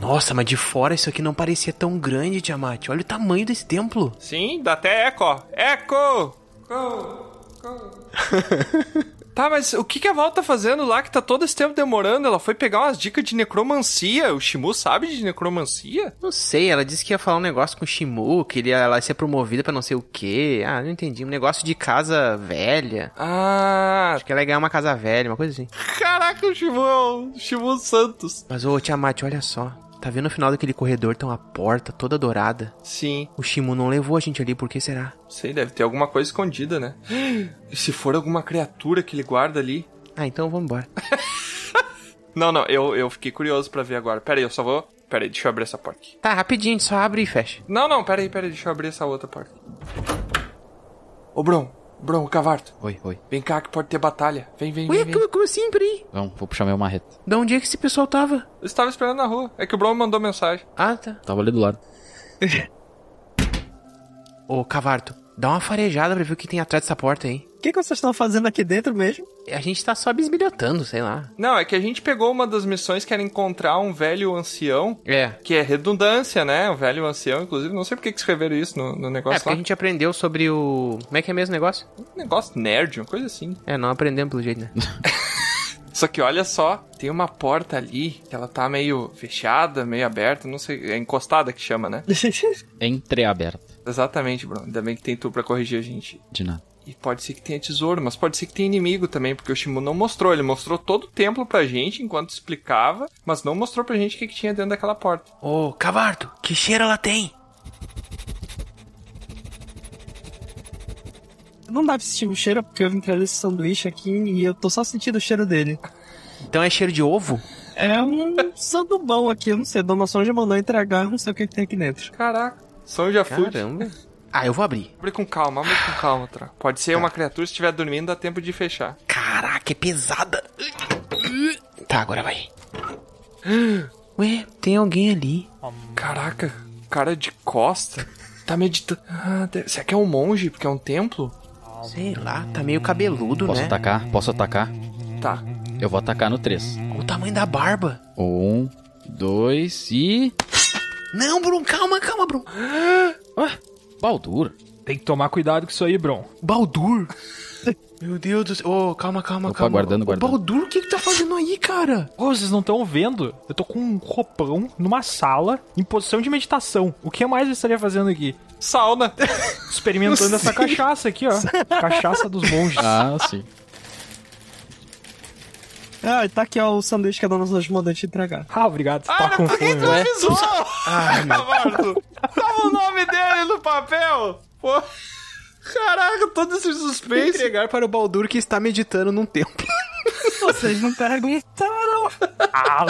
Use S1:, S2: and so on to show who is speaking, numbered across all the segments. S1: Nossa, mas de fora isso aqui não parecia tão grande, Tiamat. Olha o tamanho desse templo.
S2: Sim, dá até eco, ó. Eco! Tá, mas o que, que a Val tá fazendo lá que tá todo esse tempo demorando? Ela foi pegar umas dicas de necromancia. O Shimu sabe de necromancia?
S1: Não sei, ela disse que ia falar um negócio com o Shimu, que ele ia, ela ia ser promovida pra não sei o quê. Ah, não entendi. Um negócio de casa velha.
S2: Ah,
S1: Acho que ela ia ganhar uma casa velha, uma coisa assim.
S2: caraca, o Shimu é o Shimu Santos.
S1: Mas, ô, Tiamat, olha só. Tá vendo no final daquele corredor tem uma porta toda dourada?
S2: Sim,
S1: O Shimu não levou a gente ali, por que será?
S2: sei, deve ter alguma coisa escondida, né? E se for alguma criatura que ele guarda ali?
S1: Ah, então vamos embora.
S2: Não, não, eu, eu fiquei curioso pra ver agora. Pera aí, eu só vou... Pera aí, deixa eu abrir essa porta aqui.
S1: Tá, rapidinho, a gente só abre e fecha.
S2: Não, não, pera aí, pera aí, deixa eu abrir essa outra porta. Ô, Bron, Bron, Cavarto,
S3: Oi, oi.
S2: vem cá que pode ter batalha. Vem, vem, vem,
S1: Ué,
S2: vem.
S1: como, como assim, peraí?
S3: Vamos, vou puxar meu marreta.
S1: Da onde é que esse pessoal tava?
S2: Eu estava esperando na rua. É que o Bron me mandou mensagem.
S1: Ah, tá.
S3: Tava ali do lado.
S1: Ô, Cavarto, dá uma farejada pra ver o que tem atrás dessa porta, hein?
S4: O que, que vocês estão fazendo aqui dentro mesmo?
S1: A gente tá só bisbilhotando, sei lá.
S2: Não, é que a gente pegou uma das missões que era encontrar um velho ancião,
S1: É.
S2: que é redundância, né? Um velho ancião, inclusive. Não sei por que que escreveram isso no, no
S1: É,
S2: negócio
S1: porque a
S2: lá.
S1: gente aprendeu sobre o. Como é que é mesmo o negócio?
S2: Um negócio nerd, uma coisa assim.
S1: É, não aprendemos pelo jeito, né?
S2: Só que olha só, tem uma porta ali, que ela tá meio fechada, meio aberta, não sei, é encostada que chama, né?
S3: Entreaberta.
S2: Exatamente, Bruno. Ainda bem que tem tu pra corrigir a gente.
S3: De nada.
S2: E pode ser que tenha tesouro, mas pode ser que tenha inimigo também, porque o Shimu não mostrou. Ele mostrou todo o templo pra gente enquanto explicava, mas não mostrou pra gente o que, que tinha dentro daquela porta.
S1: Ô, Cavarto, que cheiro ela tem?
S4: Não dá pra sentir o cheiro, porque eu vim trazer esse sanduíche aqui e eu tô só sentindo o cheiro dele.
S1: Então é cheiro de ovo?
S4: É um sandubão aqui, eu não sei. Dona Sonja mandou entregar, eu não sei o que, que tem aqui dentro.
S2: Caraca, Sonja Food.
S1: Caramba. Ah, eu vou abrir.
S2: Abre com calma, abre com calma, Tra. Pode
S5: Tá.
S2: ser uma criatura, se estiver dormindo, dá tempo de fechar.
S1: Caraca, é pesada. Tá, agora vai. Ué, tem alguém ali.
S2: Caraca, cara de costa. Tá meditando. Ah, deve- será que é um monge? Porque é um templo?
S1: Sei lá, tá meio cabeludo,
S3: Posso
S1: né?
S3: atacar? Posso atacar?
S2: Tá.
S5: Hum.
S3: Eu vou atacar no 3.
S1: Olha O tamanho da barba.
S3: Um, dois e.
S1: Não, Bruno, calma, calma, Bruno.
S3: Ah, Baldur.
S5: Tem que tomar cuidado com isso aí, Bron.
S1: Baldur. Meu Deus do céu. Ô, calma, calma,
S3: Opa,
S1: calma.
S3: guardando,
S1: Ô,
S3: guardando.
S1: Baldur, o que que tá fazendo aí, cara?
S5: Ô, vocês não estão vendo? Eu tô com um roupão numa sala em posição de meditação. O que mais eu estaria fazendo aqui?
S2: Sauna!
S5: Experimentando essa cachaça aqui, ó. Cachaça dos monges.
S3: Ah, sim.
S4: Ah, e tá aqui ó, o sanduíche que a Dona Sonja mandou te entregar.
S5: Ah, obrigado. tá com fome. né?
S2: avisou? Ai, Cavardo! Tava o nome dele no papel! Pô. Caraca, todo esse suspense.
S1: Entregar para o Baldur que está meditando num templo.
S4: Vocês não perguntaram.
S5: Ah,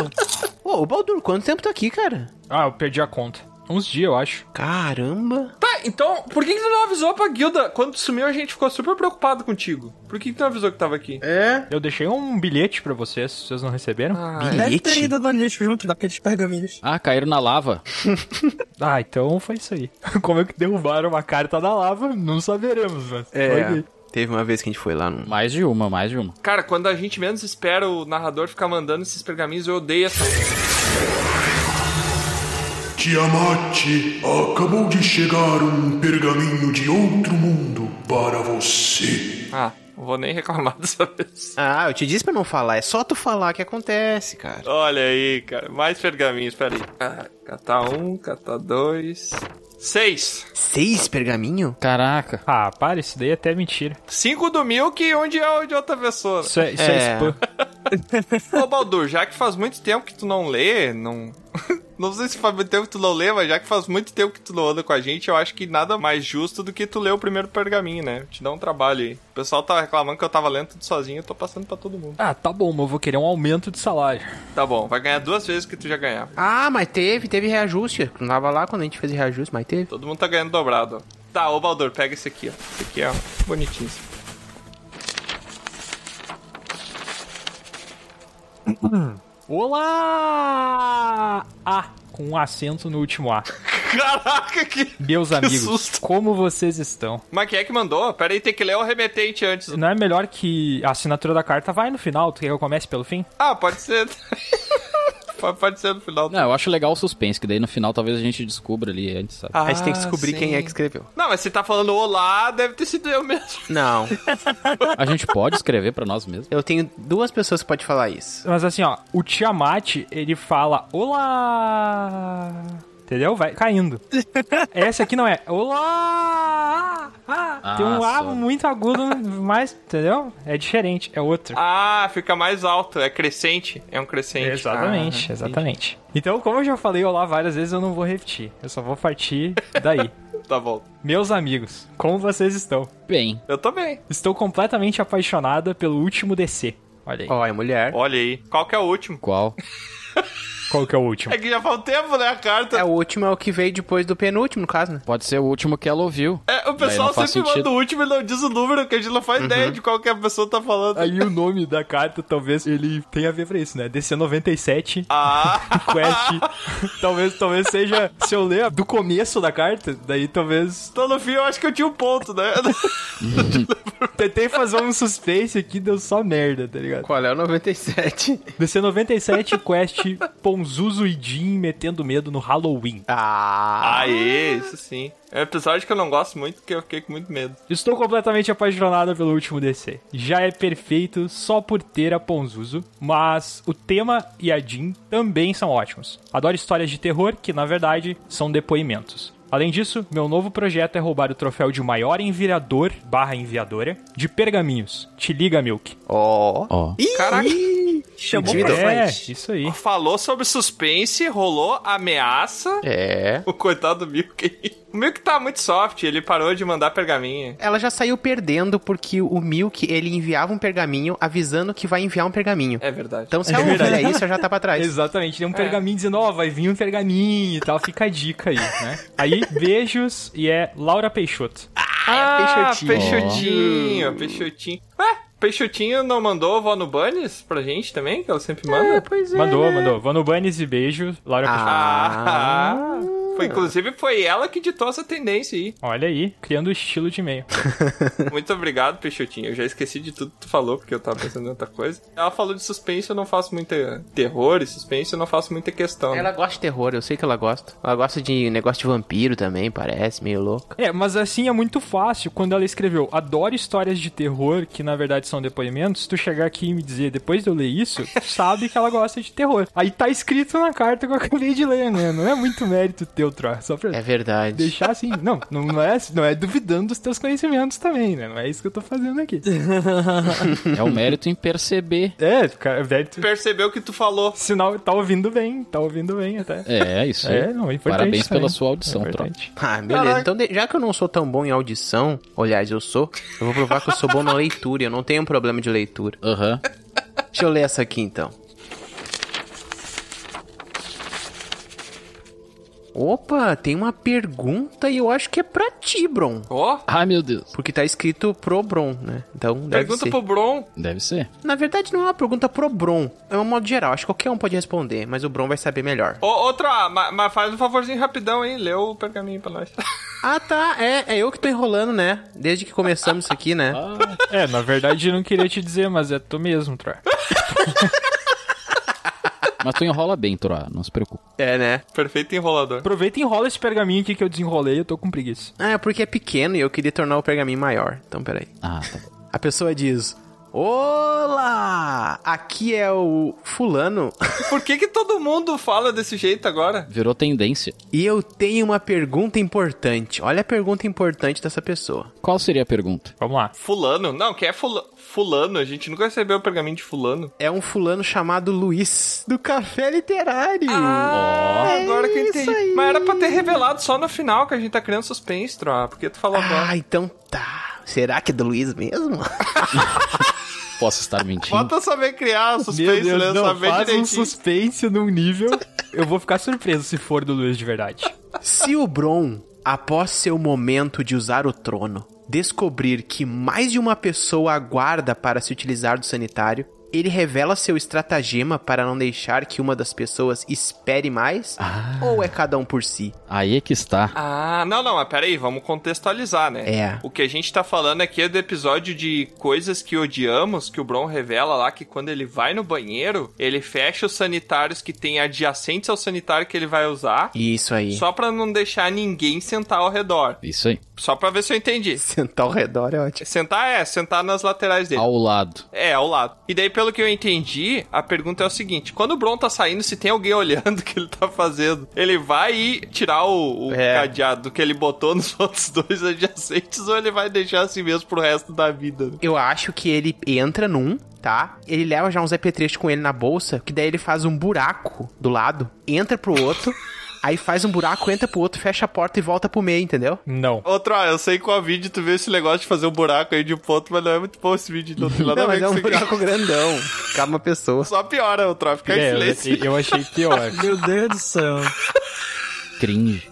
S1: Ô, ô, Baldur, quanto tempo tá aqui, cara?
S5: ah, eu perdi a conta. Uns dias, eu acho.
S1: Caramba.
S2: Tá, então, por que, que tu não avisou pra guilda? Quando tu sumiu, a gente ficou super preocupado contigo. Por que, que tu não avisou que tava aqui?
S1: É?
S5: Eu deixei um bilhete pra vocês, vocês não receberam?
S2: Ah,
S4: Deve ter
S1: Bilhete?
S4: ido no lixo junto daqueles pergaminhos.
S3: Ah, caíram na lava.
S5: Ah, então foi isso aí. Como é que derrubaram uma carta da lava, não saberemos, mas. foi bem.
S1: É, Teve uma vez que a gente foi lá num...
S3: Mais de uma, mais de uma.
S2: Cara, quando a gente menos espera o narrador ficar mandando esses pergaminhos, eu odeio essa.
S6: Tiamat, acabou de chegar um pergaminho de outro mundo para você.
S2: Ah, não vou nem reclamar dessa vez.
S1: Ah, eu te disse pra não falar. É só tu falar que acontece, cara.
S2: Olha aí, cara. Mais pergaminhos, peraí. Ah, catar um, catar dois. Seis.
S1: Seis pergaminho?
S3: Caraca.
S5: Ah, para, isso daí é até mentira.
S2: Cinco do Milk e um de, de outra pessoa. né?
S5: Isso é, isso é
S1: É.
S5: spam.
S2: Ô, Baldur, já que faz muito tempo que tu não lê, não. Não sei se faz muito tempo que tu não lê, mas já que faz muito tempo que tu não anda com a gente, eu acho que nada mais justo do que tu ler o primeiro pergaminho, né? Te dá um trabalho aí. O pessoal tá reclamando que eu tava lendo tudo sozinho, eu tô passando pra todo mundo.
S5: Ah, tá bom, mas eu vou querer um aumento de salário.
S2: Tá bom, vai ganhar duas vezes o que tu já ganhava.
S1: Ah, mas teve, teve reajuste. Não tava lá quando a gente fez reajuste, mas teve.
S2: Todo mundo tá ganhando dobrado, ó. Tá, ô Baldur, pega esse aqui, ó. Esse aqui é bonitinho.
S5: Olá! Ah, com um acento no último A.
S2: Caraca, que.
S5: Meus amigos,
S2: susto.
S5: como vocês estão?
S2: Mas quem é que mandou? Pera aí, tem que ler o remetente antes.
S5: Não é melhor que a assinatura da carta vai no final? Tu quer que eu comece pelo fim?
S2: Ah, pode ser. Ah, Pode aparecer no final.
S3: Não, eu acho legal o suspense, que daí no final talvez a gente descubra ali antes, sabe?
S1: a gente tem que descobrir
S2: Ah,
S1: quem é que
S2: sim.
S1: escreveu.
S2: Não, mas se tá falando olá, deve ter sido eu mesmo.
S1: Não,
S3: A gente pode escrever pra nós mesmos.
S1: eu tenho duas pessoas que podem falar isso.
S5: Mas assim, ó, o Tiamat, ele fala Olá! Entendeu? Vai caindo. Essa aqui não é Olá! Ah,
S3: Ah,
S5: tem um A
S3: só.
S5: muito agudo, mas, entendeu? É diferente, é outro.
S2: Ah, fica mais alto, é crescente. É um crescente.
S5: Exatamente, exatamente. Então, como eu já falei olá várias vezes, eu não vou repetir. Eu só vou partir daí.
S2: Ah, tá bom.
S5: Meus amigos, como vocês estão?
S3: Bem,
S2: Eu também.
S5: Estou completamente apaixonada pelo último DC. Olha aí.
S1: Ó, é mulher.
S2: Olha aí. Qual que é o último?
S3: qual?
S5: Qual que é o último?
S2: É que já faz um tempo, né, a carta?
S1: É, o último é o que veio depois do penúltimo, no caso, né?
S3: Pode ser o último que ela ouviu.
S2: É, o
S3: Daí
S2: pessoal
S3: não faz
S2: sempre
S3: sentido.
S2: manda
S3: Uhum.
S2: o último e não diz o número, que a gente não faz ideia de qual que a pessoa tá falando.
S5: Aí o nome da carta talvez ele tenha a ver pra isso, né? DC 97
S2: Ah,
S5: Quest. talvez, talvez seja se eu ler do começo da carta, daí talvez
S2: então no fim eu acho que eu tinha um ponto, né?
S5: tentei fazer um suspense aqui, deu só merda, tá ligado?
S1: Qual é o 97?
S5: DC 97 Quest Ponzuzu e Jim metendo medo no Halloween.
S1: Ah,
S2: Aê, isso sim. É um episódio que eu não gosto muito, porque eu fiquei com muito medo.
S5: Estou completamente apaixonada pelo último DC. Já é perfeito só por ter a Ponzuzu, mas o tema e a Jean também são ótimos. Adoro histórias de terror que, na verdade, são depoimentos. Além disso, meu novo projeto é roubar o troféu de maior enviador barra enviadora de pergaminhos. Te liga, Milk.
S1: ó.
S3: Ó.
S2: Caraca.
S4: Chamou
S1: Mentira.
S4: pra
S5: é,
S4: frente.
S5: isso aí.
S2: Falou sobre suspense, rolou ameaça.
S1: É.
S2: O coitado do Milk. O Milk tá muito soft, ele parou de mandar pergaminho.
S1: Ela já saiu perdendo porque o Milk, ele enviava um pergaminho avisando que vai enviar um pergaminho.
S2: É verdade.
S1: Então se ela
S5: É
S1: ouvir
S5: verdade.
S1: isso, ela já tá pra trás.
S5: Exatamente, tem um pergaminho dizendo, ó, vai vir um pergaminho e tal, fica a dica aí, né? Aí, beijos, e é Laura Peixoto.
S2: Ah,
S1: Peixotinho.
S2: Peixotinho, Peixotinho. Ué, Peixotinho não mandou vó no Bunnies pra gente também, que ela sempre manda?
S5: Mandou, mandou. Vanubanes e beijo, Laura Peixoto.
S2: Ah, Foi, inclusive foi ela que ditou essa tendência aí.
S5: Olha aí, criando estilo de e-mail.
S2: Muito obrigado, Peixotinho. Eu já esqueci de tudo que tu falou, porque eu tava pensando em outra coisa. Ela falou de suspense, eu não faço muita terror e suspense, eu não faço muita questão.
S1: Ela gosta de terror, eu sei que ela gosta. Ela gosta de negócio de vampiro também, parece, meio louco.
S5: É, mas assim é muito fácil quando ela escreveu adoro histórias de terror, que na verdade são depoimentos, se tu chegar aqui e me dizer depois de eu ler isso, tu sabe que ela gosta de terror. Aí tá escrito na carta que eu acabei de ler, né? Não é muito mérito teu, Tro. Só pra
S1: É verdade.
S5: deixar assim. Não, não é, não é duvidando dos teus conhecimentos também, né? Não é isso que eu tô fazendo aqui.
S3: É o mérito em perceber.
S5: É, cara, velho, tu-
S2: Percebeu que tu falou.
S5: sinal, tá ouvindo bem, tá ouvindo bem até.
S3: É, isso aí.
S5: É, não, é importante.
S3: Parabéns
S5: isso aí.
S3: pela sua audição,
S5: É
S3: Tron.
S5: importante.
S1: Ah, beleza. Então, de- já que eu não sou tão bom em audição, ou, aliás, eu sou, eu vou provar que eu sou bom na leitura, eu não tenho problema de leitura.
S3: Aham.
S1: Deixa eu ler essa aqui então. Opa, tem uma pergunta e eu acho que é pra ti, Bron.
S2: Ó,
S3: Ai, meu Deus.
S1: Porque tá escrito pro Bron, né? Então deve
S2: pergunta
S1: ser.
S2: pro Bron.
S3: Deve ser.
S1: Na verdade, não é uma pergunta pro Bron. É um modo geral. Acho que qualquer um pode responder, mas o Bron vai saber melhor.
S2: Ô, outra, mas faz um favorzinho rapidão, hein? Lê o pergaminho pra nós.
S1: Ah, tá. É, é eu que tô enrolando, né? Desde que começamos isso aqui, né?
S5: É, na verdade eu não queria te dizer, mas é tu mesmo, Tro.
S3: Mas tu enrola bem, Tora. Não se preocupe.
S1: É, né?
S2: Perfeito enrolador.
S5: Aproveita e enrola esse pergaminho aqui que eu desenrolei, eu tô com preguiça.
S1: Ah, é porque é pequeno e eu queria tornar o pergaminho maior. Então, peraí.
S3: Ah, tá bom.
S1: A pessoa diz: Olá! Aqui é o Fulano
S2: Por que que todo mundo fala desse jeito agora?
S3: Virou tendência.
S1: e eu tenho uma pergunta importante. Olha a pergunta importante dessa pessoa.
S3: Qual seria a pergunta?
S5: Vamos lá.
S2: Fulano? Não, quem é fula... fulano? A gente nunca recebeu o pergaminho de fulano.
S1: É um fulano chamado Luiz, do Café Literário.
S2: Ah,
S1: É
S2: agora que eu
S1: isso
S2: entendi.
S1: aí.
S2: Mas era pra ter revelado só no final que a gente tá criando suspense, Tro. Por que tu falou agora?
S1: Ah, então tá. Será que é do Luiz mesmo?
S3: Posso estar mentindo?
S2: Bota saber criar suspense, né? Saber
S5: faz um
S2: direitinho.
S5: suspense num nível... Eu vou ficar surpreso se for do Luiz de verdade.
S1: Se o Bron, após seu momento de usar o trono, descobrir que mais de uma pessoa aguarda para se utilizar do sanitário, ele revela seu estratagema para não deixar que uma das pessoas espere mais? Ou é cada um por si?
S3: Aí é que está.
S2: Ah, não, não, mas peraí, vamos contextualizar, né?
S1: É.
S2: O que a gente tá falando aqui é do episódio de coisas que odiamos, que o Bron revela lá que quando ele vai no banheiro, ele fecha os sanitários que tem adjacentes ao sanitário que ele vai usar,
S1: Isso aí.
S2: só pra não deixar ninguém sentar ao redor.
S3: Isso aí.
S2: Só pra ver se eu entendi.
S1: Sentar ao redor é ótimo.
S2: Sentar é, sentar nas laterais dele.
S3: Ao lado.
S2: É, ao lado. E daí, pelo que eu entendi, a pergunta é o seguinte: quando o Bron tá saindo, se tem alguém olhando o que ele tá fazendo, ele vai ir tirar o, o
S1: É.
S2: cadeado que ele botou nos outros dois adjacentes ou ele vai deixar assim mesmo pro resto da vida? né?
S1: Eu acho que ele entra num, tá? Ele leva já uns apetrechos com ele na bolsa, que daí ele faz um buraco do lado, entra pro outro, aí faz um buraco, entra pro outro, fecha a porta e volta pro meio, entendeu?
S5: Não.
S2: Outro, ah, eu sei que com a vídeo tu viu esse negócio de fazer um buraco aí de ponto, mas não é muito bom esse vídeo, não tem nada
S1: Não,
S2: a ver
S1: mas é
S2: com
S1: um
S2: isso aqui.
S1: buraco grandão. Cabe uma pessoa.
S2: Só piora, outro, fica em
S5: É,
S2: silêncio.
S5: eu, eu achei pior.
S2: É.
S4: Meu Deus do céu.
S3: Cringe.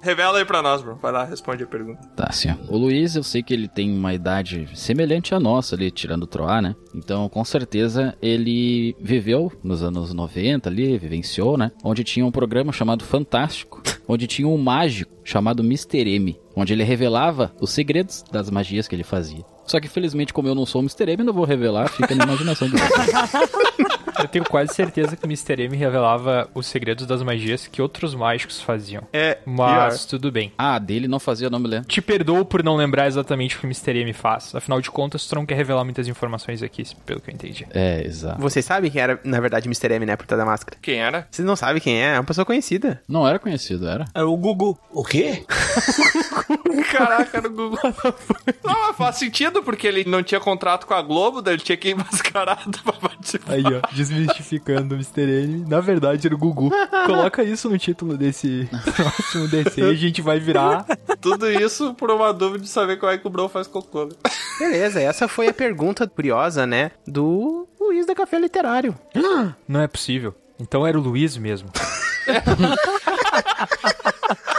S2: Revela aí pra nós, Bron. Vai lá, responde a pergunta.
S3: Tá, assim, ó. O Luiz, eu sei que ele tem uma idade semelhante à nossa ali, tirando o Troá, né? Então, com certeza, ele viveu nos anos 90 ali, vivenciou, né? Onde tinha um programa chamado Fantástico, onde tinha um mágico chamado Mr. M, onde ele revelava os segredos das magias que ele fazia. Só que, felizmente, como eu não sou o Mr. M, eu não vou revelar, fica na imaginação de vocês.
S5: Eu tenho quase certeza que o Mr. M revelava os segredos das magias que outros mágicos faziam.
S2: É,
S5: Mas tudo bem.
S3: Ah, dele não fazia, eu não me lembro.
S5: Te perdoo por não lembrar exatamente o que o Mr. M faz. Afinal de contas, tu não quer revelar muitas informações aqui, pelo que eu entendi.
S3: É, exato.
S1: Vocês sabem quem era, na verdade, Mr. M, né? Por trás da máscara.
S2: Quem era?
S1: Vocês não sabem quem é, é uma pessoa conhecida.
S3: Não era conhecido, era?
S4: É o Gugu.
S7: O quê?
S2: Caraca, no Google. Não, mas faz sentido, porque ele não tinha contrato com a Globo, daí ele tinha que ir mascarado pra participar.
S5: Aí, ó, desmistificando o Mr. M. Na verdade, era o Gugu. Coloca isso no título desse próximo DC e a gente vai virar.
S2: Tudo isso por uma dúvida de saber como é que o Bron faz cocô. né?
S1: Beleza, essa foi a pergunta curiosa, né? Do Luiz da Café Literário.
S5: Não é possível. Então era o Luiz mesmo.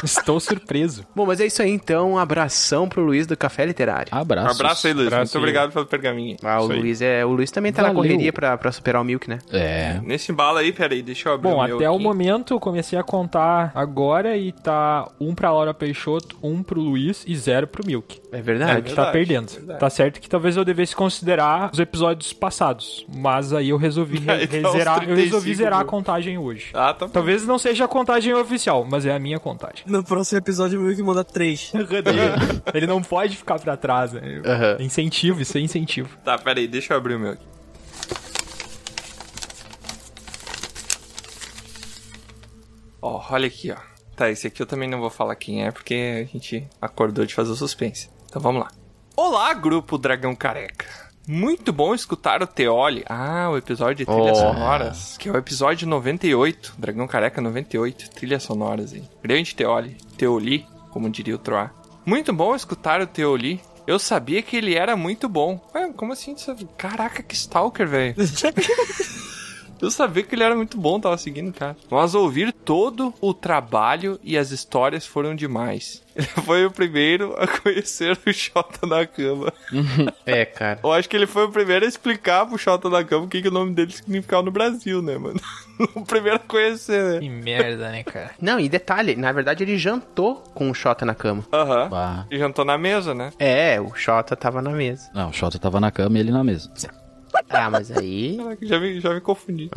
S5: Estou surpreso.
S1: Bom, mas é isso aí então. Um abração pro Luiz do Café Literário.
S3: Abraço.
S2: Um abraço aí, Luiz.
S5: Abraço
S2: Muito
S5: aí.
S2: obrigado pelo pergaminho.
S1: Ah, o
S2: Isso aí.
S1: Luiz, é, o Luiz também tá na
S3: Valeu.
S1: correria pra, pra superar o Milk, né?
S3: É.
S2: Nesse embalo aí, peraí, deixa eu abrir
S5: Bom,
S2: o meu
S5: até o
S2: aqui.
S5: momento eu comecei a contar agora e tá um pra Laura Peixoto, um pro Luiz e zero pro Milk.
S1: É
S5: É,
S1: verdade.
S5: que
S2: verdade,
S5: tá perdendo.
S2: verdade.
S5: Tá certo que talvez eu devesse considerar os episódios passados, mas aí eu resolvi re-
S2: Aí tá uns
S5: zerar- eu resolvi
S2: 35,
S5: zerar a
S2: viu?
S5: contagem hoje.
S2: Ah, tá bom.
S5: Talvez não seja a contagem oficial, mas é a minha contagem.
S4: No próximo episódio, o Milk manda três.
S5: Ele não pode ficar pra trás, né? Incentivo, isso é incentivo.
S2: Tá, peraí, deixa eu abrir o meu aqui. Ó, olha aqui, ó. Tá, esse aqui eu também não vou falar quem é, porque a gente acordou de fazer o suspense. Então vamos lá. Olá, grupo Dragão Careca. Muito bom escutar o Teoli. Ah, o episódio de trilhas sonoras. Que é o episódio 98. Dragão Careca 98. Trilhas sonoras, hein? Grande Teoli. Teoli, como diria o Troá. Muito bom escutar o Teoli. Eu sabia que ele era muito bom. Ué, como assim? tu sabe? Caraca, que stalker, velho. Eu sabia que ele era muito bom, tava seguindo o cara. Mas ouvir todo o trabalho e as histórias foram demais. Ele foi o primeiro a conhecer o Xota na cama.
S1: É, cara.
S2: Eu acho que ele foi o primeiro a explicar pro Xota na cama o que, que o nome dele significava no Brasil, né, mano? O primeiro a conhecer, né?
S5: Que merda, né, cara?
S1: Não, e detalhe, na verdade ele jantou com o Xota na cama.
S2: Aham.
S3: Bah.
S2: E jantou na mesa, né?
S1: É, o Xota tava na mesa.
S3: Não, o Xota tava na cama e ele na mesa.
S1: Ah, mas aí.
S2: Caraca, já me, já me confundi.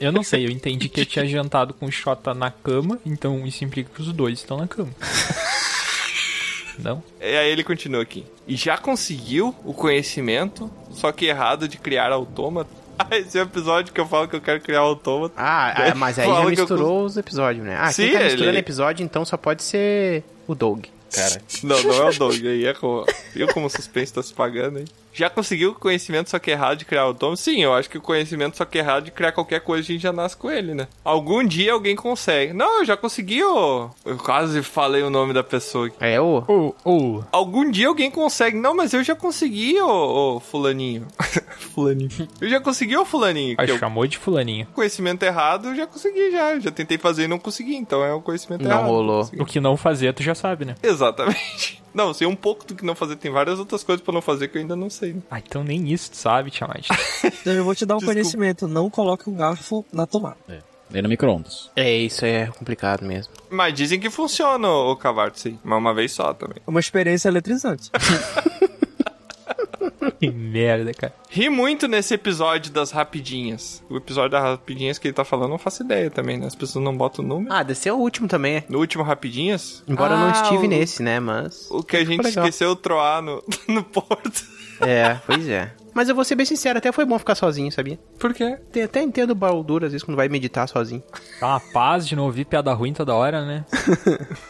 S5: Eu não sei, eu entendi que eu tinha jantado com o Xota na cama, então isso implica que os dois estão na cama. Não?
S2: E aí ele continua aqui. E já conseguiu o conhecimento, só que errado de criar autômata. Ah, esse é o episódio que eu falo que eu quero criar autômata.
S1: Ah, ah, mas aí já
S2: É, Fala que eu
S1: misturou os episódios, né? Ah,
S2: Sim,
S1: quem tá misturando
S2: ele-
S1: episódio, então só pode ser o Doug. Cara.
S2: Não, não é o Doug, aí é como... Viu como o suspense tá se pagando, hein? Já conseguiu o conhecimento só que é errado de criar o Tom? Sim, eu acho que o conhecimento só que é errado de criar qualquer coisa, a gente já nasce com ele, né? Algum dia alguém consegue. Não, eu já consegui, ô... Eu quase falei o nome da pessoa aqui.
S1: É o.
S5: Ou, ou.
S2: Algum dia alguém consegue. Não, mas eu já consegui, ô, ô fulaninho. fulaninho. Eu já consegui, ô fulaninho.
S5: Ah,
S2: que eu-
S5: chamou de fulaninho.
S2: Conhecimento errado, eu já consegui, já. Eu Já tentei fazer e não consegui, então é um conhecimento
S1: Não
S2: errado.
S1: rolou.
S2: Consegui.
S5: O que não fazer, tu já sabe, né?
S2: Exatamente. Não, eu sei um pouco do que não fazer. Tem várias outras coisas pra não fazer que eu ainda não sei. né?
S5: Ah, então nem isso tu sabe, Tiamat.
S4: Então eu vou te dar um
S2: Desculpa.
S4: conhecimento. Não coloque um garfo na tomada.
S3: É no micro-ondas.
S1: É, isso aí é complicado mesmo.
S2: Mas dizem que funciona o cavar, sim. Mas uma vez só também.
S4: É uma experiência eletrizante.
S5: que merda, cara.
S2: Ri muito nesse episódio das rapidinhas. O episódio das rapidinhas que ele tá falando, eu não faço ideia também, né? As pessoas não botam o número.
S1: Ah, desse é o último também.
S2: No último rapidinhas,
S1: Embora eu não
S2: Ah,
S1: estive
S2: o-
S1: nesse, né, mas...
S2: o que a gente
S1: legal.
S2: esqueceu troar no, no porto.
S1: É, pois é. Mas eu vou ser bem sincero, até foi bom ficar sozinho, sabia?
S2: Por quê?
S1: Tem- Até entendo o Baldur, às vezes, quando vai meditar sozinho.
S5: Tá uma paz de não ouvir piada ruim toda hora, né?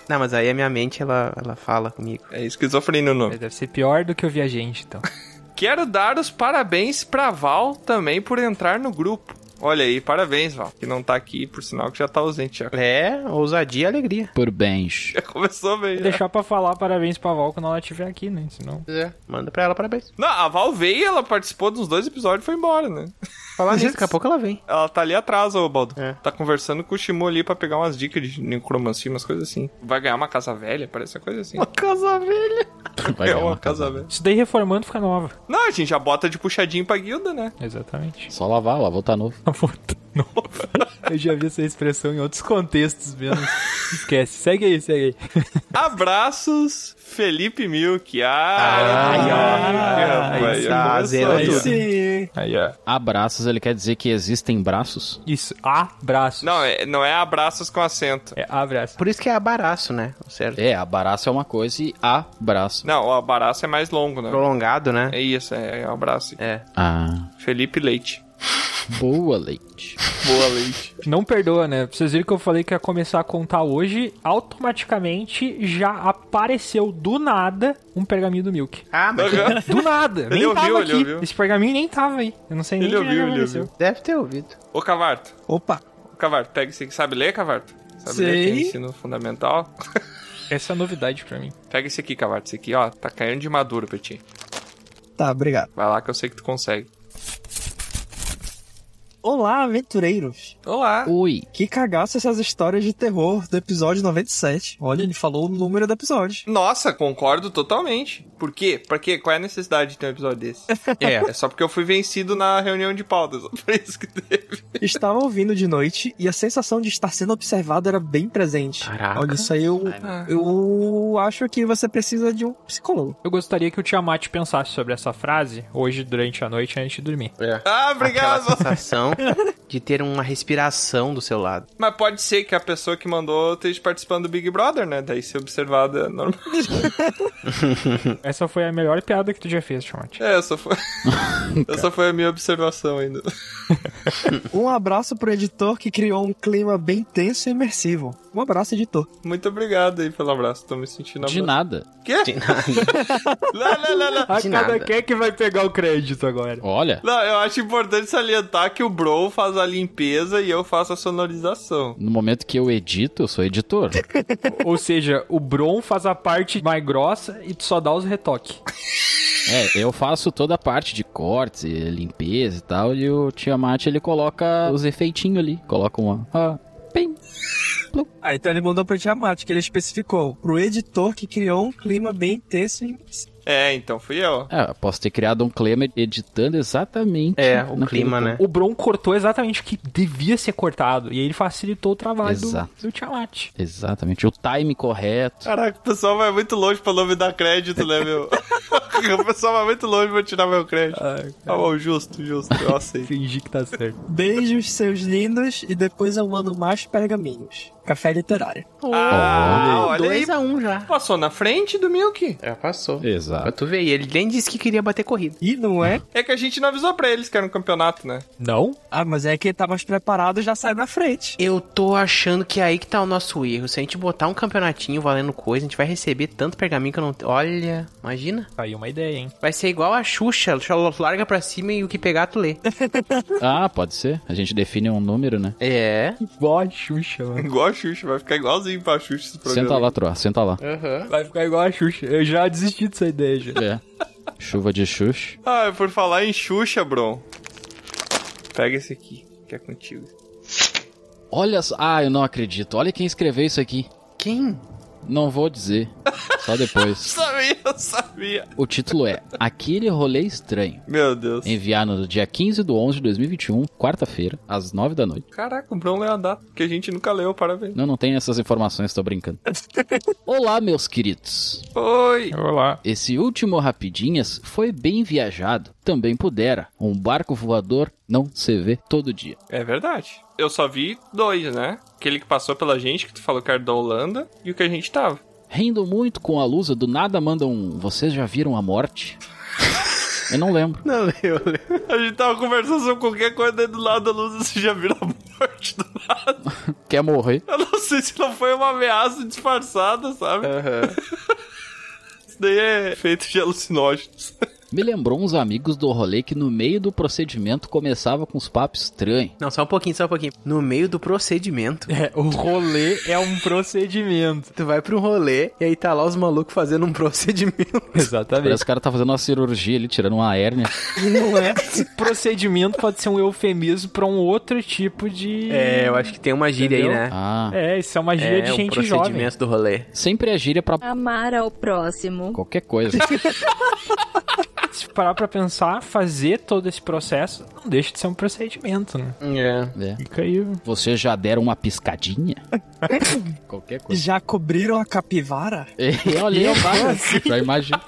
S1: Não, mas aí a minha mente, ela, ela fala comigo.
S2: É esquizofrenia o nome.
S5: Deve ser pior do que ouvir a gente, então.
S2: Quero dar os parabéns pra Val também por entrar no grupo. Olha aí, parabéns, Val. Que não tá aqui, por sinal que já tá ausente já.
S1: É, ousadia e alegria.
S3: Por bens.
S2: Já começou bem. né?
S5: Vou
S2: já.
S5: deixar pra falar parabéns pra Val quando ela estiver aqui, né? Senão.
S1: Pois é, manda pra ela parabéns.
S2: Não, a Val veio, ela participou dos dois episódios e foi embora, né?
S1: Falar nisso, daqui a pouco ela vem.
S2: Ela tá ali atrás, ô Baldo.
S1: É.
S2: Tá conversando com o Shimu ali pra pegar umas dicas de necromancia, umas coisas assim. Vai ganhar uma casa velha, parece uma coisa assim.
S1: Casa velha.
S3: Vai
S2: é
S3: ganhar
S2: uma casa velha.
S5: Isso daí reformando fica nova.
S2: Não, a gente já bota de puxadinho pra guilda, né?
S5: Exatamente.
S3: Só lavar, lavar tá novo.
S5: Eu já vi essa expressão em outros contextos mesmo. Esquece. Segue aí, segue aí.
S2: Abraços, Felipe Milk. Ai, ai, é
S1: aí tá
S2: começou
S1: zerando
S2: aí, ó.
S1: tudo.
S4: Sim.
S2: Aí, ó.
S3: Abraços, ele quer dizer que existem braços?
S5: Isso. Abraço.
S2: Não, é, não é abraços com acento.
S5: É abraço.
S1: Por isso que é abaraço, né? O certo.
S3: É, abraço é uma coisa e abraço.
S2: Não, o abraço é mais longo, né?
S1: Prolongado, né?
S2: É isso, é, é um abraço.
S1: É.
S3: Ah,
S2: Felipe Leite.
S3: boa leite.
S2: Boa, Leite.
S5: Não perdoa, né? Pra vocês viram que eu falei que ia começar a contar hoje. Automaticamente já apareceu do nada um pergaminho do Milk.
S1: Ah, mas
S5: Do nada.
S2: Ele
S5: nem
S2: ouviu,
S5: tava
S2: ele
S5: aqui.
S2: ouviu.
S5: Esse pergaminho nem tava aí. Eu não sei nem
S2: Ele
S5: de onde
S2: ouviu, ele
S5: apareceu.
S1: deve ter ouvido.
S2: Ô, Cavarto.
S4: Opa.
S2: Ô, Cavarto, pega esse aqui. Sabe ler, Cavarto? Sabe
S4: Sei.
S2: ler? Tem ensino fundamental.
S5: Essa é novidade pra mim.
S2: Pega esse aqui, Cavarto. Esse aqui, ó, tá caindo de maduro pra ti.
S4: Tá, obrigado.
S2: Vai lá que eu sei que tu consegue.
S4: Olá, aventureiros.
S2: Olá.
S3: Ui,
S4: Que cagaço essas histórias de terror do episódio 97. Olha, ele falou o número do episódio.
S2: Nossa, concordo totalmente. Por quê? Pra quê? Qual é a necessidade de ter um episódio desse? É só porque eu fui vencido na reunião de pautas. Só por isso que teve.
S4: Estava ouvindo de noite e a sensação de estar sendo observado era bem presente.
S1: Caraca.
S4: Olha, isso aí eu,
S2: Ah.
S4: eu acho que você precisa de um psicólogo.
S5: Eu gostaria que o Tiamat pensasse sobre essa frase hoje durante a noite antes de dormir.
S1: É.
S2: Ah,
S1: Aquela
S2: obrigado.
S1: sensação de ter uma respiração do seu lado.
S2: Mas pode ser que a pessoa que mandou esteja participando do Big Brother, né? Daí ser observada é normal.
S5: Essa foi a melhor piada que tu já fez, Tiamat.
S2: É, essa foi. essa foi a minha observação ainda.
S4: Um abraço pro editor que criou um clima bem tenso e imersivo. Um abraço, editor.
S2: Muito obrigado aí pelo abraço. Tô me sentindo
S3: de
S2: abraçado.
S3: nada.
S2: Quê?
S1: Ah,
S2: Lá, lá, lá, lá.
S5: A
S1: De
S5: cada
S1: nada.
S5: quem é que vai pegar o crédito agora.
S3: Olha,
S2: Não, eu acho importante salientar que o Bro faz a limpeza e eu faço a sonorização.
S3: no momento que eu edito, eu sou editor.
S5: Ou seja, o Bron faz a parte mais grossa e tu só dá os retoques.
S3: É, eu faço toda a parte de cortes, e limpeza e tal, e o Tiamat ele coloca os efeitinhos ali. Coloca uma. Ah, pim.
S4: Ah, então ele mandou pro Tiamat, que ele especificou. Pro editor que criou um clima bem tenso e imersivo.
S2: É, então fui eu.
S3: É, eu posso ter criado um clima editando exatamente.
S1: É, o
S3: naquele
S1: clima,
S3: ponto.
S1: né?
S5: O Bron cortou exatamente o que devia ser cortado. E aí ele facilitou o trabalho do,
S3: Exato.
S5: do Tiamat.
S3: Exatamente, o time correto.
S2: Caraca, o pessoal vai muito longe pra não me dar crédito, né, meu? o pessoal vai muito longe pra tirar meu crédito. Tá bom, justo, justo, eu aceito.
S5: Ah, Fingi que tá certo.
S4: Beijos, seus lindos, e depois eu mando mais pergaminhos. Café literário.
S2: Ah, olha aí.
S1: 2x1 um já.
S2: Passou na frente do Milk.
S1: Já passou. Pra
S3: Exato.
S1: tu ver, ele nem disse que queria bater corrida.
S4: E não é?
S2: É que a gente não avisou pra eles que era um campeonato, né?
S5: Não?
S4: Ah, mas é quem tá mais preparado já sai na frente.
S1: Eu tô achando que é aí que tá o nosso erro. Se a gente botar um campeonatinho valendo coisa, a gente vai receber tanto pergaminho que eu não. Olha, imagina.
S5: Tá aí uma ideia, hein?
S1: Vai ser igual a Xuxa. Larga pra cima e o que pegar tu lê.
S3: Ah, pode ser. A gente define um número, né?
S1: É.
S5: Igual a Xuxa, mano.
S2: Igual a Xuxa, vai ficar igualzinho pra Xuxa esse programa.
S3: Senta lá, Troa, senta lá.
S5: Vai ficar igual a Xuxa. Eu já desisti dessa ideia, já.
S3: É. Chuva de xuxa.
S2: Ah, por falar em Xuxa, Bron. Pega esse aqui, que é contigo.
S3: Olha só. Ah, eu não acredito. Olha quem escreveu isso aqui.
S1: Quem?
S3: Não vou dizer. Só depois.
S2: Sabia, eu sabia.
S3: O título é Aquele Rolê Estranho.
S2: Meu Deus.
S3: Enviado no dia 15 de 11 de 2021, quarta-feira, às 9 da noite.
S2: Caraca, o Brão leu a data, que a gente nunca leu, parabéns.
S3: Não, não tem essas informações, tô brincando. Olá, meus queridos.
S2: Oi.
S5: Olá.
S3: Esse último Rapidinhas foi bem viajado. Também pudera. Um barco voador não se vê todo dia.
S2: É verdade. Eu só vi dois, né? Aquele que passou pela gente, que tu falou que era da Holanda, e o que a gente tava.
S3: Rindo muito com a lusa, do nada mandam um. Vocês já viram a morte? Eu não lembro.
S1: Não, eu
S2: A gente tava conversando sobre qualquer coisa aí do lado da luz, você já viu a morte do lado.
S3: Quer morrer?
S2: Eu não sei se não foi uma ameaça disfarçada, sabe? Isso daí é feito de alucinógenos.
S3: Me lembrou uns amigos do rolê que no meio do procedimento começava com uns papos estranhos.
S1: Não, só um pouquinho, só um pouquinho. No meio do procedimento,
S5: É, o rolê é um procedimento.
S1: tu vai pra um rolê e aí tá lá os malucos fazendo um procedimento.
S5: Exatamente.
S3: Parece que o cara tá fazendo uma cirurgia ali, tirando uma hérnia.
S5: Não é. procedimento pode ser um eufemismo pra um outro tipo de.
S1: É, eu acho que tem uma gíria
S5: Entendeu?
S1: aí, né?
S3: Ah,
S5: É, isso é uma gíria de
S1: um
S5: gente jovem.
S1: procedimento do rolê.
S3: sempre a gíria pra
S7: Amar ao próximo.
S3: qualquer coisa.
S5: Se parar pra pensar, fazer todo esse processo não deixa de ser um procedimento, né?
S1: É.
S3: É.
S5: Fica aí.
S3: Vocês já deram uma piscadinha? qualquer
S5: é.
S3: coisa.
S4: Já cobriram a capivara?
S3: Eu olhei o barco, já imagino.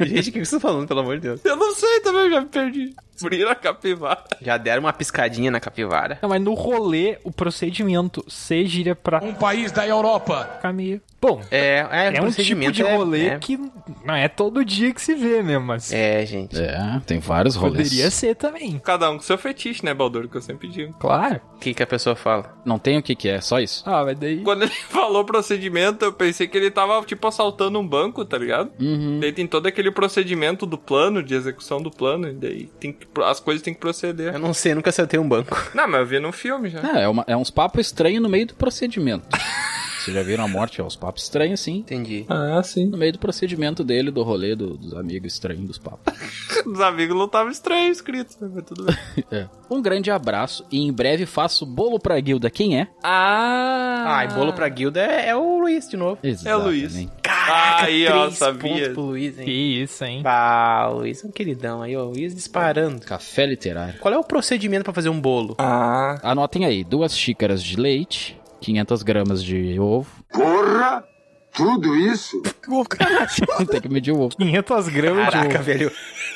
S1: Gente, o que vocês estão falando, pelo amor de Deus?
S2: Eu não sei também, eu já me perdi. Brira capivara.
S1: Já deram uma piscadinha na capivara.
S5: Não, mas no rolê, o procedimento se gira pra
S8: Um país da Europa.
S5: caminho. Bom,
S1: É, é,
S5: é um tipo
S1: procedimento
S5: de rolê
S1: é,
S5: que não é todo dia que se vê, né? Mas
S1: É, gente.
S3: É, tem vários rolês.
S5: poderia ser também.
S2: Cada um com seu fetiche, né, Baldur? Que eu sempre digo.
S5: Claro.
S1: O que, que a pessoa fala?
S3: Não tem o que que é, só isso.
S5: Ah, mas daí.
S2: Quando ele falou procedimento, eu pensei que ele tava, tipo, assaltando um banco, tá ligado?
S3: Uhum.
S2: Daí tem todo aquele procedimento do plano, de execução do plano, e daí tem que, as coisas têm que proceder.
S1: Eu não sei, nunca acertei um banco.
S2: Não, mas eu vi num filme já.
S3: É, é, uma- é uns papos estranhos no meio do procedimento. Vocês já viram a morte? É uns papos estranhos, sim.
S1: Entendi.
S2: Ah, sim.
S3: No meio do procedimento dele, do rolê do- dos amigos estranhos dos papos.
S2: Os amigos não estavam estranhos escritos, né? mas tudo bem.
S3: É. Um grande abraço e em breve faço bolo pra guilda. Quem é?
S2: ah!
S1: Ah, e bolo pra guilda é, é o Luiz de novo.
S2: É o Luiz.
S3: Exatamente.
S2: Aí, ó,
S1: Ah, É Três
S2: sabia.
S1: pontos pro Luiz,
S5: Que
S1: hein?
S5: isso, hein?
S1: Ah, o Luiz é um queridão aí, ó. O Luiz disparando.
S3: Café literário.
S1: Qual é o procedimento pra fazer um bolo?
S2: Ah,
S3: Anotem aí, duas xícaras de leite, 500 gramas de ovo.
S6: Porra! Tudo isso?
S3: Tem que medir o ovo.
S5: 500 gramas de
S1: Caraca,
S5: ovo.
S1: velho.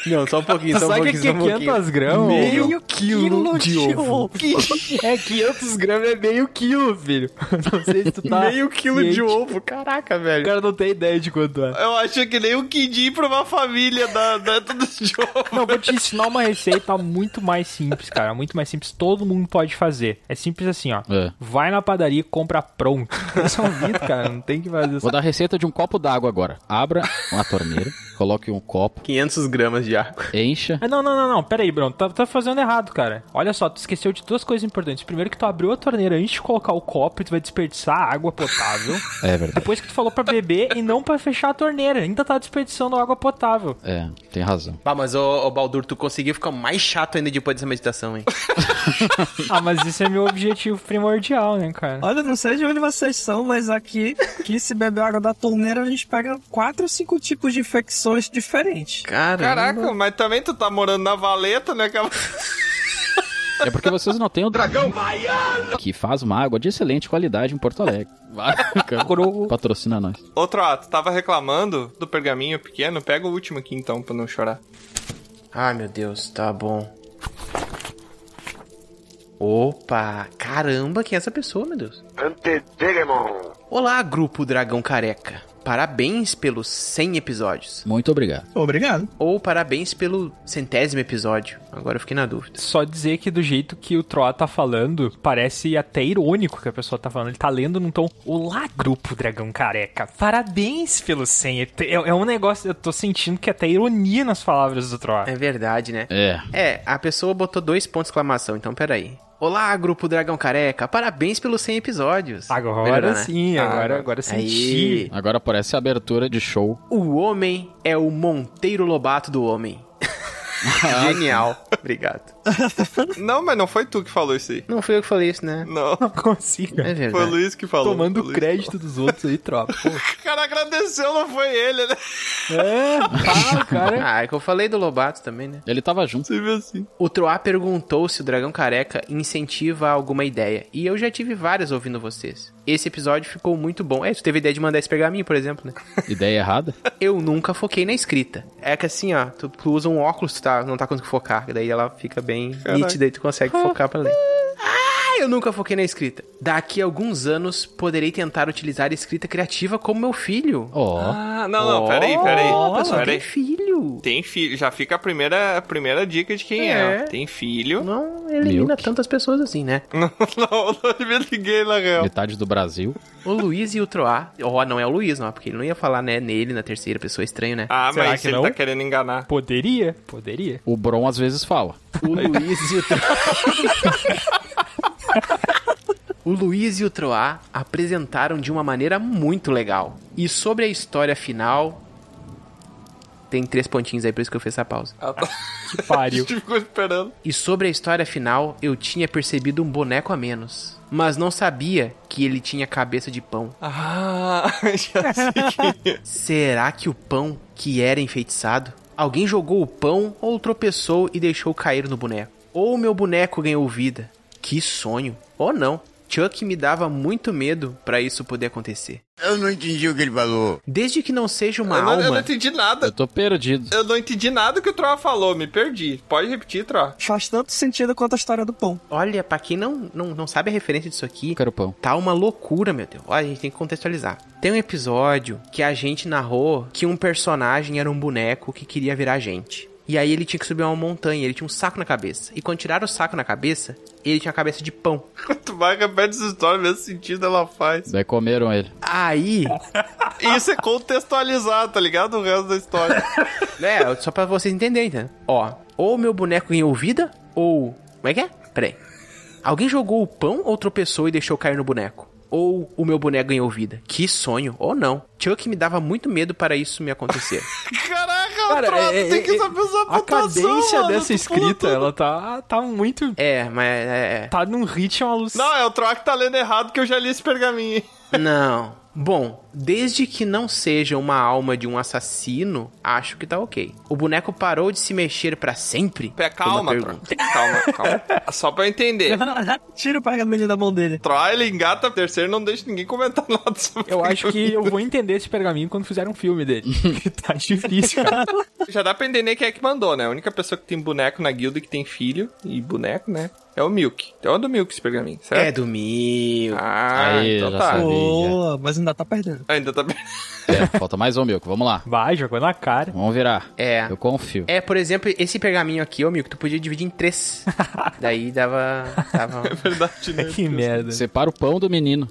S1: Não, só um pouquinho, só um
S5: Sabe o
S1: pouquinho.
S5: que
S1: só
S5: é
S1: um pouquinho.
S5: 500 gramas?
S1: Meio quilo de ovo.
S5: É, 500 gramas é meio quilo, filho. Não sei se tu tá...
S1: Meio quilo de
S5: ciente.
S1: ovo, caraca,
S5: O
S1: velho.
S5: cara não tem ideia de quanto é.
S2: eu acho que nem o Kindi pra uma família da, da tudo de ovo.
S5: Não, vou te ensinar uma receita muito mais simples, cara. Muito mais simples. Todo mundo pode fazer. É simples assim, ó.
S3: É.
S5: Vai na padaria e compra pronto. Resolvido, é um cara. Não tem que fazer isso.
S3: Vou dar a receita de um copo d'água agora. Abra uma torneira, coloque um copo,
S1: 500 gramas de água.
S3: encha.
S5: Ah, não, não, não, não. Pera aí, Bruno. Tá, tá fazendo errado, cara. Olha só, tu esqueceu de duas coisas importantes. Primeiro que tu abriu a torneira antes de colocar o copo e tu vai desperdiçar água potável.
S3: É verdade.
S5: Depois que tu falou pra beber e não pra fechar a torneira. Ainda tá desperdiçando água potável.
S3: É, tem razão.
S1: Bah, mas ô, ô, Baldur, tu conseguiu ficar mais chato ainda depois dessa meditação, hein?
S5: Ah, mas isso é meu objetivo primordial, né, cara?
S4: Olha, não sei de onde vocês são, mas aqui, que se beber água da torneira, a gente pega quatro ou cinco tipos de infecções diferentes.
S1: Cara.
S2: Caraca, mas também tu tá morando na valeta, né? cara?
S3: É porque vocês não têm o dragão baiano que faz uma água de excelente qualidade em Porto Alegre. Vai, cara. Patrocina nós.
S2: Outro ato, tava reclamando do pergaminho pequeno. Pega o último aqui então, pra não chorar.
S1: Ai, meu Deus, tá bom. Opa, caramba, quem é essa pessoa, meu Deus? Olá, grupo Dragão Careca. Parabéns pelos 100 episódios.
S3: Muito obrigado.
S4: Obrigado.
S1: Ou parabéns pelo centésimo episódio. Agora eu fiquei na dúvida.
S5: Só dizer que do jeito que o Troá tá falando, parece até irônico que a pessoa tá falando. Ele tá lendo num tom. Olá, grupo Dragão Careca. Parabéns pelo 100. EP." É, é um negócio. Eu tô sentindo que é até ironia nas palavras do Troá.
S1: É verdade, né?
S3: É.
S1: É, a pessoa botou dois pontos de exclamação, então peraí. Olá, grupo Dragão Careca, parabéns pelos 100 episódios.
S5: Agora
S1: Melhorou, né?
S5: sim, agora, agora senti.
S1: Aí,
S3: Agora parece a abertura de show.
S1: o homem é o Monteiro Lobato do homem. Genial. Obrigado.
S2: Não, mas não foi tu que falou isso aí.
S1: Não fui eu que falei isso, né?
S2: Não.
S5: Não consigo.
S1: É verdade.
S2: Foi o Luiz que falou.
S5: Tomando
S2: Foi o Luiz
S5: crédito dos outros aí, tropa.
S2: que
S5: Pô.
S2: falou. O cara agradeceu, não foi ele, né?
S5: É, pá, cara.
S1: Ah, é que eu falei do Lobato também, né?
S3: Ele tava junto.
S2: Você viu assim.
S1: O Troá perguntou se o Dragão Careca incentiva alguma ideia. E eu já tive várias ouvindo vocês. Esse episódio ficou muito bom. É, tu teve a ideia de mandar esse pergaminho, por exemplo, né?
S3: Ideia errada?
S1: Eu nunca foquei na escrita. É que assim, ó, tu, tu usa um óculos, tu tá, não tá conseguindo focar. Daí ela fica bem nítida e tu consegue focar pra ler. Ah, eu nunca foquei na escrita. Daqui a alguns anos, poderei tentar utilizar a escrita criativa como meu filho. Oh,
S3: Ó.
S2: Ah, não, não, peraí, peraí.
S1: Ó, pessoal,
S2: peraí.
S1: tem filho.
S2: Tem filho, já fica a primeira, a primeira dica de quem é.
S1: É.
S2: Tem filho.
S1: Não elimina
S3: Milk.
S1: tantas pessoas assim, né?
S2: Não, não, não vi ninguém na real.
S3: Metade do Brasil.
S1: O Luiz e o Troá. Ó, não é o Luiz, não, porque ele não ia falar, né, nele na terceira pessoa, estranho, né?
S2: Ah,
S5: Será
S2: mas
S5: que
S2: ele
S5: não?
S2: tá querendo enganar.
S5: Poderia, poderia.
S3: O Bron às vezes fala.
S1: O Luiz e o Troá. O Luiz e o Troá apresentaram de uma maneira muito legal. E sobre a história final. Tem três pontinhos aí, por isso que eu fiz essa pausa.
S2: Ah, tá.
S5: Que
S2: A
S5: pariu.
S2: gente ficou esperando.
S1: E sobre a história final, eu tinha percebido um boneco a menos. Mas não sabia que ele tinha cabeça de pão.
S2: Ah, já sei quem é.
S1: Será que o pão que era enfeitiçado? Alguém jogou o pão ou tropeçou e deixou cair no boneco? Ou meu boneco ganhou vida? Que sonho! Ou não? Chuck me dava muito medo pra isso poder acontecer.
S7: Eu não entendi o que ele falou.
S1: Desde que não seja uma
S2: Eu não, eu não
S1: alma.
S2: entendi
S3: Eu
S2: nada.
S3: tô perdido.
S2: Eu não entendi nada que o Troa falou, me perdi. Pode repetir, Troa.
S4: Faz tanto sentido quanto a história do pão.
S1: Olha, pra quem não, não, não sabe a referência disso aqui,
S3: Eu quero pão.
S1: Tá uma loucura, meu Deus. Olha, a gente tem que contextualizar. Tem um episódio que a gente narrou que um personagem era um boneco que queria virar gente. E aí ele tinha que subir uma montanha, ele tinha um saco na cabeça. E quando tiraram o saco na cabeça, ele tinha a cabeça de pão.
S2: Quanto mais repete essa história, mesmo sentido ela faz.
S3: Daí comeram ele.
S1: Aí,
S2: Isso é contextualizar, tá ligado? O resto da história.
S1: é, só pra vocês entenderem, tá? Ó, ou meu boneco ganhou vida, ou. Como é que é? Peraí. Alguém jogou o pão ou tropeçou e deixou cair no boneco? Ou o meu boneco ganhou vida? Que sonho, ou não. Chuck me dava muito medo para isso me acontecer.
S2: Caraca,
S5: Cara,
S2: Troa, tu
S5: é-
S2: tem
S5: é-
S2: que saber essa
S5: A
S2: pontuação,
S5: cadência
S2: mano,
S5: dessa
S2: tu pula
S5: escrita,
S2: tudo.
S5: ela tá, tá muito.
S1: É, mas. É,
S5: Tá num ritmo alucinante.
S2: Não, é o Troa que tá lendo errado que eu já li esse pergaminho. hein?
S1: Não. Bom, desde que não seja uma alma de um assassino, acho que tá ok. O boneco parou de se mexer pra sempre?
S2: Pé,
S1: Foi uma
S2: calma, Troa.
S1: pergunta.
S2: Calma, calma. Só pra eu entender.
S1: É.
S4: Tira o pergaminho da mão dele.
S2: Troa, ele engata terceiro não deixa ninguém comentar nada sobre
S5: Eu acho que eu vou entender esse pergaminho quando fizer um filme dele. Que tá difícil, cara.
S2: Já dá pra entender quem é que mandou, né? A única pessoa que tem boneco na guilda que tem filho e boneco, né? É o Milk. Então é do Milk esse pergaminho,
S1: É
S2: certo?
S1: do mil.
S2: Ah,
S3: Aí,
S2: então
S3: já
S2: tá.
S3: sabe.
S4: Boa, mas ainda tá perdendo.
S2: Ainda tá bem.
S3: É, falta mais um milk. Vamos lá.
S5: Vai, jogou na cara.
S3: Vamos virar.
S1: É.
S3: Eu confio.
S1: É, por exemplo, esse pergaminho aqui, ô Milk, tu podia dividir em três. Daí dava. dava...
S2: Verdade, né?
S5: Que merda.
S3: Separa o pão do menino.